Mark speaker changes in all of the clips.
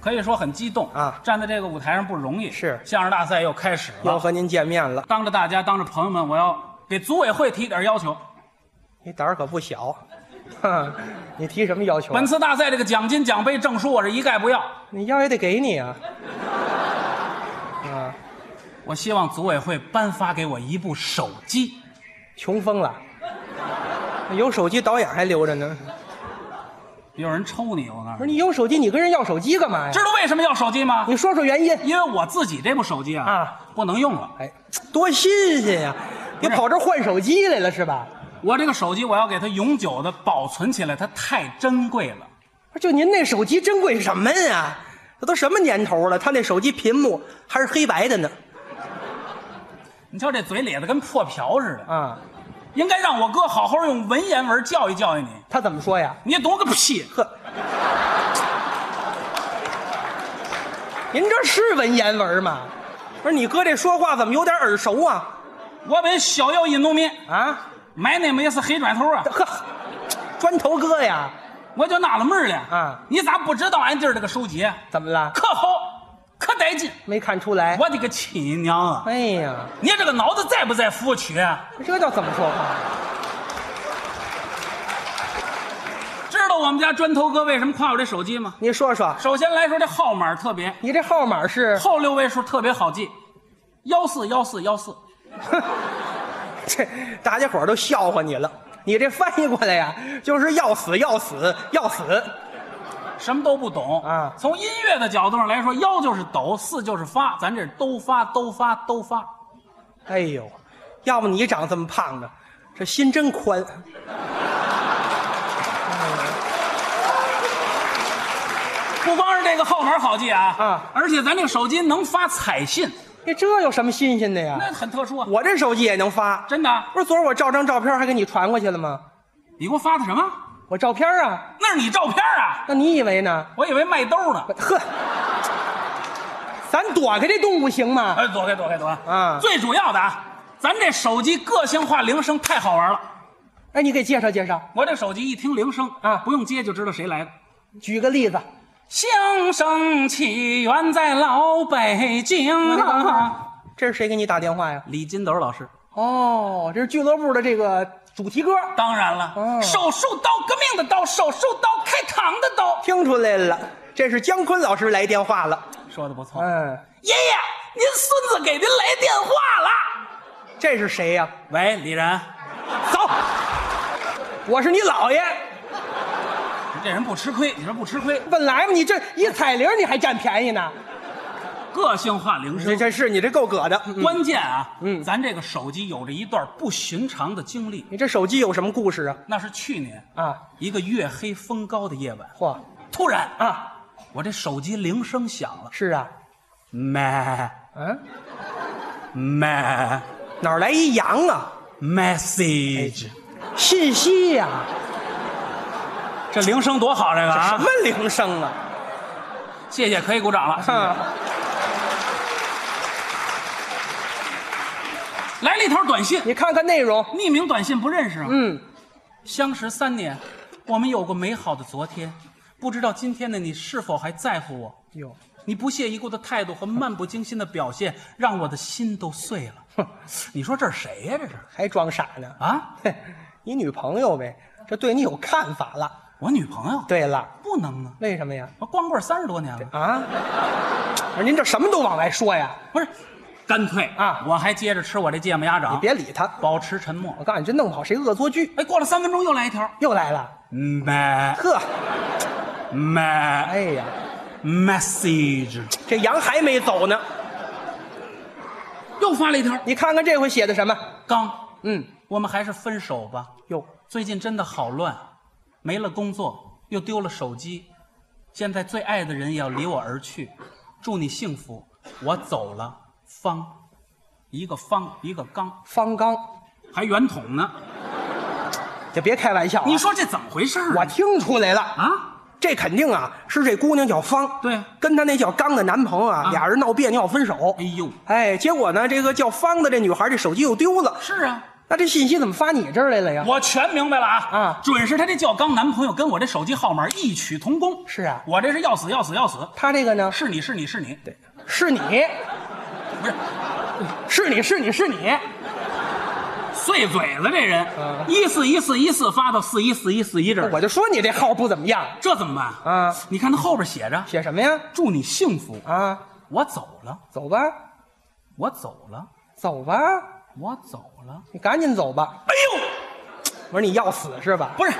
Speaker 1: 可以说很激动
Speaker 2: 啊
Speaker 1: 站在这个舞台上不容易，
Speaker 2: 是
Speaker 1: 相声大赛又开始
Speaker 2: 又
Speaker 1: 了。
Speaker 2: 和您见面了，
Speaker 1: 当着大家，当着朋友们，我要给组委会提点要求。
Speaker 2: 你胆儿可不小， 哼，你提什么要求啊？
Speaker 1: 本次大赛这个奖金、奖杯、证书，我是一概不要。
Speaker 2: 你要也得给你啊，啊，
Speaker 1: 我希望组委会颁发给我一部手机。
Speaker 2: 穷疯了，有手机导演还留着呢。
Speaker 1: 有人抽你，我告
Speaker 2: 不
Speaker 1: 诉
Speaker 2: 是
Speaker 1: 你，
Speaker 2: 你有手机，你跟人要手机干嘛呀
Speaker 1: 知？道为什么要手机吗？
Speaker 2: 你说说原因。
Speaker 1: 因为我自己这部手机啊，
Speaker 2: 啊
Speaker 1: 不能用了。
Speaker 2: 哎，多新鲜呀！你
Speaker 1: 不是
Speaker 2: 跑这儿换手机来了是吧？
Speaker 1: 我这个手机我要给它永久的保存起来，它太珍贵了。
Speaker 2: 不是就您那手机珍贵什么呀？这都什么年头了？他那手机屏幕还是黑白的呢。
Speaker 1: 你瞧这嘴咧的跟破瓢似的，
Speaker 2: 啊，
Speaker 1: 应该让我哥好好用文言文教育教育你。
Speaker 2: 他怎么说呀？
Speaker 1: 你懂个屁！
Speaker 2: 呵，您这是文言文吗？不是你哥这说话怎么有点耳熟啊？
Speaker 1: 我本小要一农民，
Speaker 2: 啊，
Speaker 1: 买那么一次黑砖头啊，
Speaker 2: 呵，砖头哥呀，
Speaker 1: 我就纳了闷儿了
Speaker 2: 啊
Speaker 1: 你咋不知道俺弟儿这个手机啊
Speaker 2: 怎么了？
Speaker 1: 可好，可带劲？
Speaker 2: 没看出来？
Speaker 1: 我的个亲娘啊！
Speaker 2: 哎呀，
Speaker 1: 你这个脑子在不在服务区啊？
Speaker 2: 这叫怎么说话？
Speaker 1: 知道我们家砖头哥为什么夸我这手机吗？
Speaker 2: 你说说，
Speaker 1: 首先来说，这号码特别，
Speaker 2: 你这号码是？
Speaker 1: 后六位数特别好记，幺四幺四幺四。
Speaker 2: 这大家伙儿都笑话你了。你这翻译过来呀，就是要死要死要死。
Speaker 1: 什么都不懂
Speaker 2: 啊
Speaker 1: 从音乐的角度上来说，幺就是抖，四就是发，咱这是都发都发都发。
Speaker 2: 哎呦，要不你长这么胖的，这心真宽。
Speaker 1: 不光是这个号码好记啊，
Speaker 2: 啊
Speaker 1: 而且咱这个手机能发彩信，
Speaker 2: 你这有什么新鲜的呀？
Speaker 1: 那很特殊啊。
Speaker 2: 我这手机也能发，
Speaker 1: 真的啊，
Speaker 2: 不是昨儿我照张照片还给你传过去了吗？
Speaker 1: 你给我发的什么？
Speaker 2: 我照片啊，
Speaker 1: 那是你照片啊？
Speaker 2: 那你以为呢？
Speaker 1: 我以为卖兜呢。
Speaker 2: 呵，咱躲开这动物行吗？
Speaker 1: 哎，躲开，躲开，躲开。
Speaker 2: 啊
Speaker 1: 最主要的啊，咱这手机个性化铃声太好玩了。
Speaker 2: 哎，你给介绍介绍，
Speaker 1: 我这手机一听铃声
Speaker 2: 啊
Speaker 1: 不用接就知道谁来的。
Speaker 2: 举个例子。
Speaker 1: 相声起源在老北
Speaker 2: 嗯
Speaker 1: 京啊，
Speaker 2: 这是谁给你打电话呀？
Speaker 1: 李金斗老师。
Speaker 2: 哦，这是俱乐部的这个主题歌，
Speaker 1: 当然了，
Speaker 2: 哦
Speaker 1: 手术刀，革命的刀，手术刀，开膛的刀。
Speaker 2: 听出来了，这是姜昆老师来电话了。
Speaker 1: 说的不错，
Speaker 2: 嗯，
Speaker 1: 爷爷，您孙子给您来电话了。
Speaker 2: 这是谁呀、
Speaker 1: 喂，李然，
Speaker 2: 走，我是你姥爷。
Speaker 1: 你这人不吃亏，你说不吃亏，
Speaker 2: 本来嘛，你这一彩铃你还占便宜呢。
Speaker 1: 个性化铃
Speaker 2: 这
Speaker 1: 声。
Speaker 2: 这是你这够葛的。嗯
Speaker 1: 关键啊，
Speaker 2: 嗯
Speaker 1: 咱这个手机有着一段不寻常的经历，
Speaker 2: 你这手机有什么故事啊？
Speaker 1: 那是去年
Speaker 2: 啊，
Speaker 1: 一个月黑风高的夜晚，
Speaker 2: 嚯
Speaker 1: 突然啊，
Speaker 2: 啊，
Speaker 1: 我这手机铃声响了，
Speaker 2: 是啊，
Speaker 1: 麦
Speaker 2: 嗯，
Speaker 1: 麦
Speaker 2: 哪儿来一羊啊？
Speaker 1: message，
Speaker 2: 信息呀、
Speaker 1: 这铃声多好，这个
Speaker 2: 哎什
Speaker 1: 啊
Speaker 2: 么，铃声啊？
Speaker 1: 谢谢，可以鼓掌了。
Speaker 2: 啊，
Speaker 1: 来了一条短信，
Speaker 2: 你看看内容。
Speaker 1: 匿名短信不认识啊。
Speaker 2: 嗯，
Speaker 1: 相识三年，我们有过美好的昨天，不知道今天的你是否还在乎我？
Speaker 2: 哟，
Speaker 1: 你不屑一顾的态度和漫不经心的表现，让我的心都碎了。哼，你说这是谁呀、这是
Speaker 2: 还装傻呢？
Speaker 1: 啊，
Speaker 2: 嘿，你女朋友呗，这对你有看法了。
Speaker 1: 我女朋友。
Speaker 2: 对了，
Speaker 1: 不能啊，
Speaker 2: 为什么呀？
Speaker 1: 我光棍三十多年了。
Speaker 2: 啊，不是您这什么都往外说呀？
Speaker 1: 不是，干脆
Speaker 2: 啊
Speaker 1: 我还接着吃我这芥末鸭
Speaker 2: 你
Speaker 1: 掌，
Speaker 2: 别理他，
Speaker 1: 保持沉默
Speaker 2: 我。告诉你，这弄不好谁恶作剧。
Speaker 1: 哎，过了三分钟又来一条，
Speaker 2: 又来了，
Speaker 1: 嗯麦
Speaker 2: 呵，
Speaker 1: 麦
Speaker 2: 哎呀，
Speaker 1: message，
Speaker 2: 这羊还没走呢。
Speaker 1: 又发了一条，
Speaker 2: 你看看这回写的什么？
Speaker 1: 刚，
Speaker 2: 嗯，
Speaker 1: 我们还是分手吧。
Speaker 2: 哟，
Speaker 1: 最近真的好乱，没了工作，又丢了手机，现在最爱的人也要离我而去，祝你幸福，我走了。方，一个方，一个刚，
Speaker 2: 方刚，
Speaker 1: 还圆筒呢。
Speaker 2: 就别开玩笑啊、
Speaker 1: 你说这怎么回事儿
Speaker 2: 我
Speaker 1: 啊？
Speaker 2: 听出来了，
Speaker 1: 啊，
Speaker 2: 这肯定啊是这姑娘叫方，
Speaker 1: 对
Speaker 2: 跟她那叫刚的男朋友啊，
Speaker 1: 啊
Speaker 2: 俩人闹别扭要分手
Speaker 1: 哎。呦，
Speaker 2: 哎，结果呢，这个叫方的这女孩这手机又丢了，
Speaker 1: 是啊，
Speaker 2: 那这信息怎么发你这儿来了呀？
Speaker 1: 我全明白了啊！
Speaker 2: 啊
Speaker 1: 准是他这叫刚男朋友跟我这手机号码异曲同工。
Speaker 2: 是啊
Speaker 1: 我这是要死要死要死，
Speaker 2: 他这个呢，
Speaker 1: 是你是你是你，对，
Speaker 2: 是你，
Speaker 1: 不是
Speaker 2: 是你，是你，是你，
Speaker 1: 碎嘴子这人
Speaker 2: 啊，
Speaker 1: 一四一四一四发到四一四一四一这儿，
Speaker 2: 我就说你这号不怎么样，
Speaker 1: 这怎么办
Speaker 2: 啊？
Speaker 1: 你看他后边写着
Speaker 2: 写什么呀？
Speaker 1: “祝你幸福”，
Speaker 2: 啊，
Speaker 1: 我走了，
Speaker 2: 走吧，
Speaker 1: 我走了，
Speaker 2: 走吧，
Speaker 1: 我走了。
Speaker 2: 你赶紧走吧。
Speaker 1: 哎呦，
Speaker 2: 我说你要死是吧？
Speaker 1: 不是，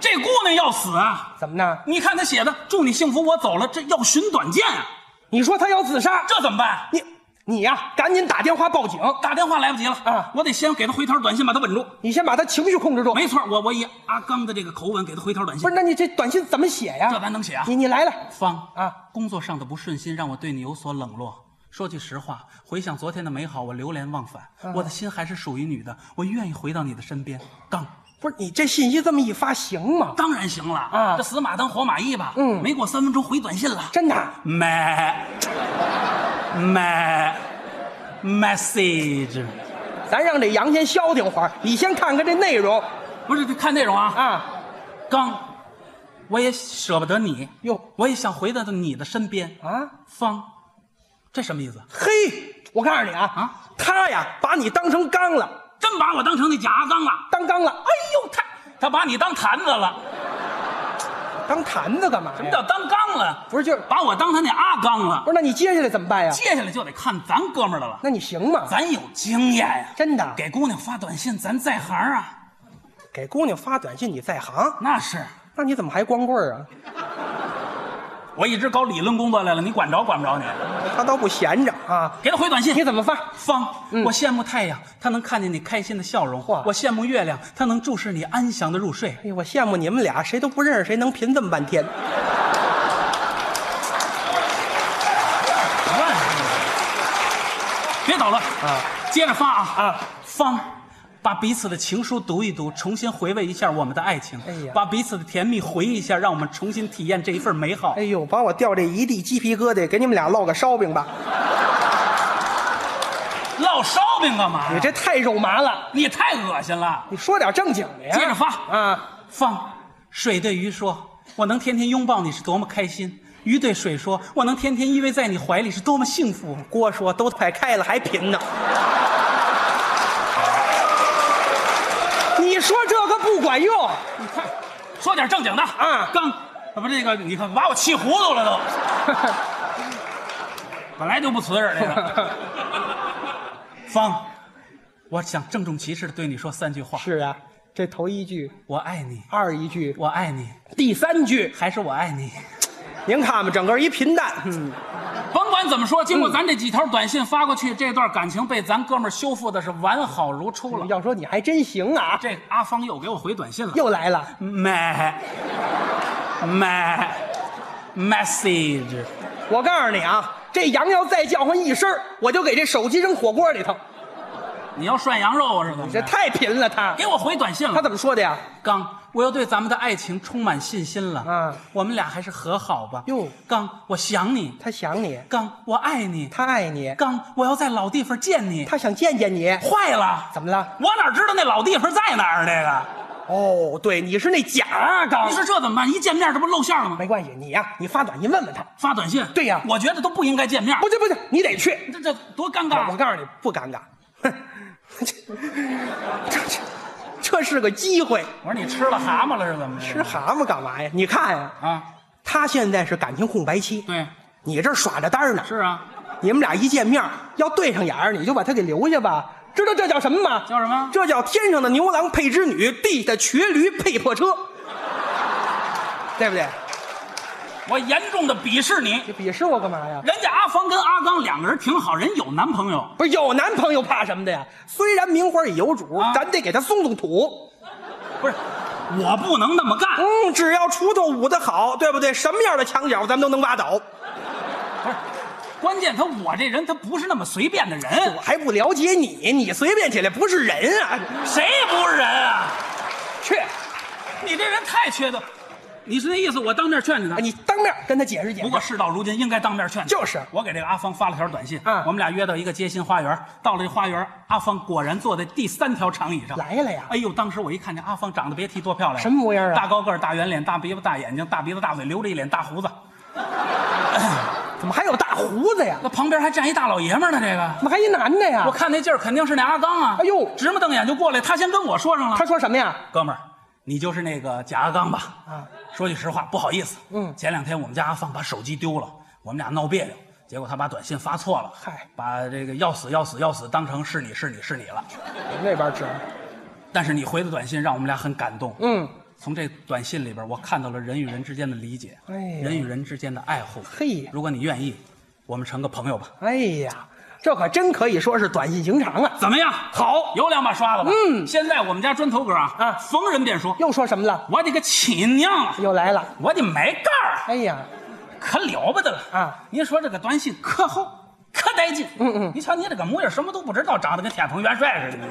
Speaker 1: 这姑娘要死啊！
Speaker 2: 怎么呢？
Speaker 1: 你看他写的“祝你幸福”，我走了，这要寻短见啊，
Speaker 2: 你说他要自杀，
Speaker 1: 这怎么办？
Speaker 2: 你你呀、赶紧打电话报警，
Speaker 1: 打电话来不及了
Speaker 2: 啊
Speaker 1: 我得先给他回条短信把他稳住。
Speaker 2: 你先把他情绪控制住。
Speaker 1: 没错，我我以阿刚的这个口吻给他回条短
Speaker 2: 不
Speaker 1: 信
Speaker 2: 是，，那你这短信怎么写呀
Speaker 1: 这？咱能写啊？
Speaker 2: 你你来了，
Speaker 1: 方
Speaker 2: 啊，
Speaker 1: 工作上的不顺心让我对你有所冷落。说句实话，回想昨天的美好，我流连忘返。
Speaker 2: 啊
Speaker 1: 我的心还是属于你的，我愿意回到你的身边。刚，
Speaker 2: 不是你这信息这么一发行吗？
Speaker 1: 当然行了
Speaker 2: 啊
Speaker 1: 这死马当活马医吧。
Speaker 2: 嗯
Speaker 1: 没过三分钟回短信了。
Speaker 2: 真的，啊
Speaker 1: 买买 message，
Speaker 2: 咱让这羊先消停会儿，你先看看这内容
Speaker 1: 不是看内容啊。
Speaker 2: 啊。
Speaker 1: 刚，我也舍不得你，
Speaker 2: 哟
Speaker 1: 我也想回到你的身边。
Speaker 2: 啊，
Speaker 1: 方，这什么意思？
Speaker 2: 嘿，我告诉你啊
Speaker 1: 啊，
Speaker 2: 他呀把你当成缸了，
Speaker 1: 真把我当成那假阿刚了。
Speaker 2: 当缸了，
Speaker 1: 哎呦，他他把你当坛子了，
Speaker 2: 当坛子干嘛呀？
Speaker 1: 什么叫当缸了？
Speaker 2: 不是就是
Speaker 1: 把我当他那阿刚了
Speaker 2: 不。是？那你接下来怎么办呀？
Speaker 1: 接下来就得看咱哥们儿的了，
Speaker 2: 那你行吗？
Speaker 1: 咱有经验呀、
Speaker 2: 真的啊
Speaker 1: 给姑娘发短信，咱在行啊，
Speaker 2: 给姑娘发短信你在行，
Speaker 1: 那是。
Speaker 2: 那你怎么还光棍儿啊？
Speaker 1: 我一直搞理论工作来了，你管着管不着你？
Speaker 2: 他倒不闲着啊。
Speaker 1: 给他回短信
Speaker 2: 你，怎么发？
Speaker 1: 方，
Speaker 2: 嗯
Speaker 1: 我羡慕太阳，它能看见你开心的笑容；
Speaker 2: 嚯
Speaker 1: 我羡慕月亮，它能注视你安详的入睡。
Speaker 2: 哎呦，我羡慕你们俩，谁都不认识谁，能贫这么半天。
Speaker 1: 乱说别捣乱
Speaker 2: 啊！
Speaker 1: 接着发啊
Speaker 2: 啊！
Speaker 1: 方，把彼此的情书读一读，重新回味一下我们的爱情。
Speaker 2: 哎呀
Speaker 1: 把彼此的甜蜜回忆一下，让我们重新体验这一份美好。
Speaker 2: 哎呦，把我掉这一地鸡皮疙瘩，给你们俩烙个烧饼吧！
Speaker 1: 烙烧饼干嘛呀？
Speaker 2: 哎你这太肉麻了，
Speaker 1: 你太恶心了！
Speaker 2: 你说点正经的呀！
Speaker 1: 接着发
Speaker 2: 啊！
Speaker 1: 方，水对鱼说：“我能天天拥抱你是多么开心。”鱼对水说：“我能天天依偎在你怀里是多么幸福。
Speaker 2: 锅说都快开了还贫呢，你说这个不管用。”
Speaker 1: 你看， 说点正经的
Speaker 2: 啊
Speaker 1: 刚，不是这个，你看把我气糊涂了都。本来就不瓷实，这个。方，我想郑重其事的对你说三句话：
Speaker 2: 是啊，这头一句、
Speaker 1: 我爱你，
Speaker 2: 二一句、
Speaker 1: 我爱你，
Speaker 2: 第三句，
Speaker 1: 还是我爱你。
Speaker 2: 您看吧，整个一贫蛋。嗯，
Speaker 1: 甭管怎么说，经过咱这几条短信发过去，这段感情被咱哥们儿修复的是完好如初了。
Speaker 2: 要说你还真行啊，
Speaker 1: 这阿芳又给我回短信了，
Speaker 2: 又来了，
Speaker 1: 买买 message，
Speaker 2: 我告诉你啊，这羊要再叫唤一声儿，我就给这手机扔火锅里头。
Speaker 1: 你要涮羊肉啊是怎么
Speaker 2: 这
Speaker 1: 着？
Speaker 2: 太贫了他，
Speaker 1: 给我回短信了，
Speaker 2: 他怎么说的呀？
Speaker 1: 刚，我又对咱们的爱情充满信心了。
Speaker 2: 嗯
Speaker 1: 我们俩还是和好吧。
Speaker 2: 哟
Speaker 1: 刚，我想你。
Speaker 2: 他想你，
Speaker 1: 刚，我爱你。
Speaker 2: 他爱你，
Speaker 1: 刚，我要在老地方见你。
Speaker 2: 他想见见你。
Speaker 1: 坏了，
Speaker 2: 怎么了？
Speaker 1: 我哪知道那老地方在哪儿？这个，
Speaker 2: 哦，对，你是那假啊刚
Speaker 1: 你。说这怎么办？一见面这不露馅了吗？
Speaker 2: 没关系，你呀、你发短信问问他。
Speaker 1: 发短信。
Speaker 2: 对呀
Speaker 1: 我觉得都不应该见面。
Speaker 2: 不对不对，你得去。
Speaker 1: 这这多尴
Speaker 2: 我
Speaker 1: 尬！
Speaker 2: 告诉你，不尴尬。 哼，这这这这是个机会。
Speaker 1: 我说你吃了蛤蟆了是怎么着？
Speaker 2: 吃蛤蟆干嘛呀？你看呀、
Speaker 1: 啊？
Speaker 2: 他现在是感情空白期，
Speaker 1: 对，
Speaker 2: 你这耍着单儿呢。
Speaker 1: 是啊。
Speaker 2: 你们俩一见面要对上眼儿，你就把他给留下吧。知道这叫什么吗？
Speaker 1: 叫什么
Speaker 2: 这叫天上的牛郎配织女，地下瘸驴配破车，对不对？
Speaker 1: 我严重的鄙视你。
Speaker 2: 你鄙视我干嘛呀？
Speaker 1: 人家阿芳跟阿刚两个人挺好，人有男朋友。
Speaker 2: 不是有男朋友怕什么的呀？虽然名花已有主，
Speaker 1: 啊
Speaker 2: 咱得给他松松土。
Speaker 1: 不是，我不能那么干。
Speaker 2: 嗯，只要锄头舞得好，对不对？什么样的墙角咱们都能挖倒。
Speaker 1: 不是，关键他我这人他不是那么随便的人
Speaker 2: 我，还不了解你，你随便起来不是人啊！
Speaker 1: 谁不是人啊？
Speaker 2: 去，
Speaker 1: 你这人太缺德。你是那意思？我当面劝劝他
Speaker 2: 啊，。你当面跟他解释解
Speaker 1: 不
Speaker 2: 释。
Speaker 1: 过事到如今，应该当面劝他。
Speaker 2: 就是
Speaker 1: 我给这个阿芳发了条短信，
Speaker 2: 嗯
Speaker 1: 我们俩约到一个街心花园。到了这花园，阿芳果然坐在第三条长椅上。
Speaker 2: 来了呀，
Speaker 1: 哎呦，当时我一看见阿芳长得别提多漂亮了，
Speaker 2: 什么模样啊
Speaker 1: 大高个儿、大圆脸、大鼻子、大眼睛、大鼻子、大嘴，留着一脸大胡子。
Speaker 2: 怎么还有大胡子呀？
Speaker 1: 那旁边还站一大老爷们儿呢，这个。
Speaker 2: 怎么还一男的呀
Speaker 1: 我？看那劲儿肯定是那阿刚啊！
Speaker 2: 哎呦
Speaker 1: 直目瞪眼就过来，他先跟我说上了。
Speaker 2: 他说什么呀？
Speaker 1: 哥们儿，你就是那个贾阿刚吧？
Speaker 2: 啊，
Speaker 1: 说句实话，不好意思，
Speaker 2: 嗯
Speaker 1: 前两天我们家阿放把手机丢了，我们俩闹别扭，结果他把短信发错了，
Speaker 2: 嗨
Speaker 1: 把这个要死要死要死当成是你是你是你了。
Speaker 2: 我们那边知道。
Speaker 1: 但是你回的短信让我们俩很感动，
Speaker 2: 嗯，
Speaker 1: 从这短信里边，我看到了人与人之间的理解，
Speaker 2: 哎呀
Speaker 1: 人与人之间的爱护。
Speaker 2: 嘿呀
Speaker 1: 如果你愿意，我们成个朋友吧，
Speaker 2: 哎呀，这可真可以说是短信情长啊！
Speaker 1: 怎么样？
Speaker 2: 好
Speaker 1: 有两把刷子吧。
Speaker 2: 嗯
Speaker 1: 现在我们家砖头哥啊，
Speaker 2: 啊
Speaker 1: 逢人便说，
Speaker 2: 又说什么了？
Speaker 1: 我的个亲娘啊，
Speaker 2: 又来了。
Speaker 1: 我的没盖儿啊！
Speaker 2: 哎呀，
Speaker 1: 可了不得了
Speaker 2: 啊！
Speaker 1: 您说这个短信可好，可带劲。嗯嗯，你瞧你这个模样，什么都不知道，长得跟天蓬元帅似的。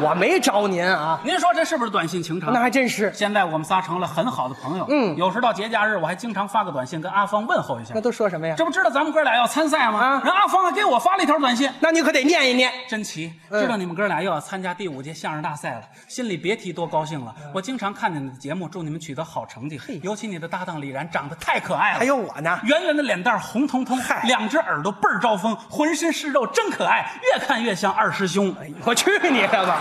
Speaker 2: 我没招您啊，
Speaker 1: 您说这是不是短信情长
Speaker 2: 那？还真是，
Speaker 1: 现在我们仨成了很好的朋友。
Speaker 2: 嗯
Speaker 1: 有时到节假日，我还经常发个短信跟阿芳问候一下
Speaker 2: 那。都说什么呀？
Speaker 1: 这不知道咱们哥俩要参赛吗？
Speaker 2: 啊
Speaker 1: 人阿芳还给我发了一条短信。
Speaker 2: 那你可得念一念。
Speaker 1: 真奇，
Speaker 2: 嗯
Speaker 1: 知道你们哥俩又要参加第五届相声大赛了，心里别提多高兴了。
Speaker 2: 嗯
Speaker 1: 我经常看你们的节目，祝你们取得好成绩。尤其你的搭档李然长得太可爱了，
Speaker 2: 还有哎我呢，
Speaker 1: 圆圆的脸蛋儿红彤彤，
Speaker 2: 嗨
Speaker 1: 两只耳朵倍儿招风，浑身是肉，真可爱，越看越像二师兄。
Speaker 2: 我去你的吧！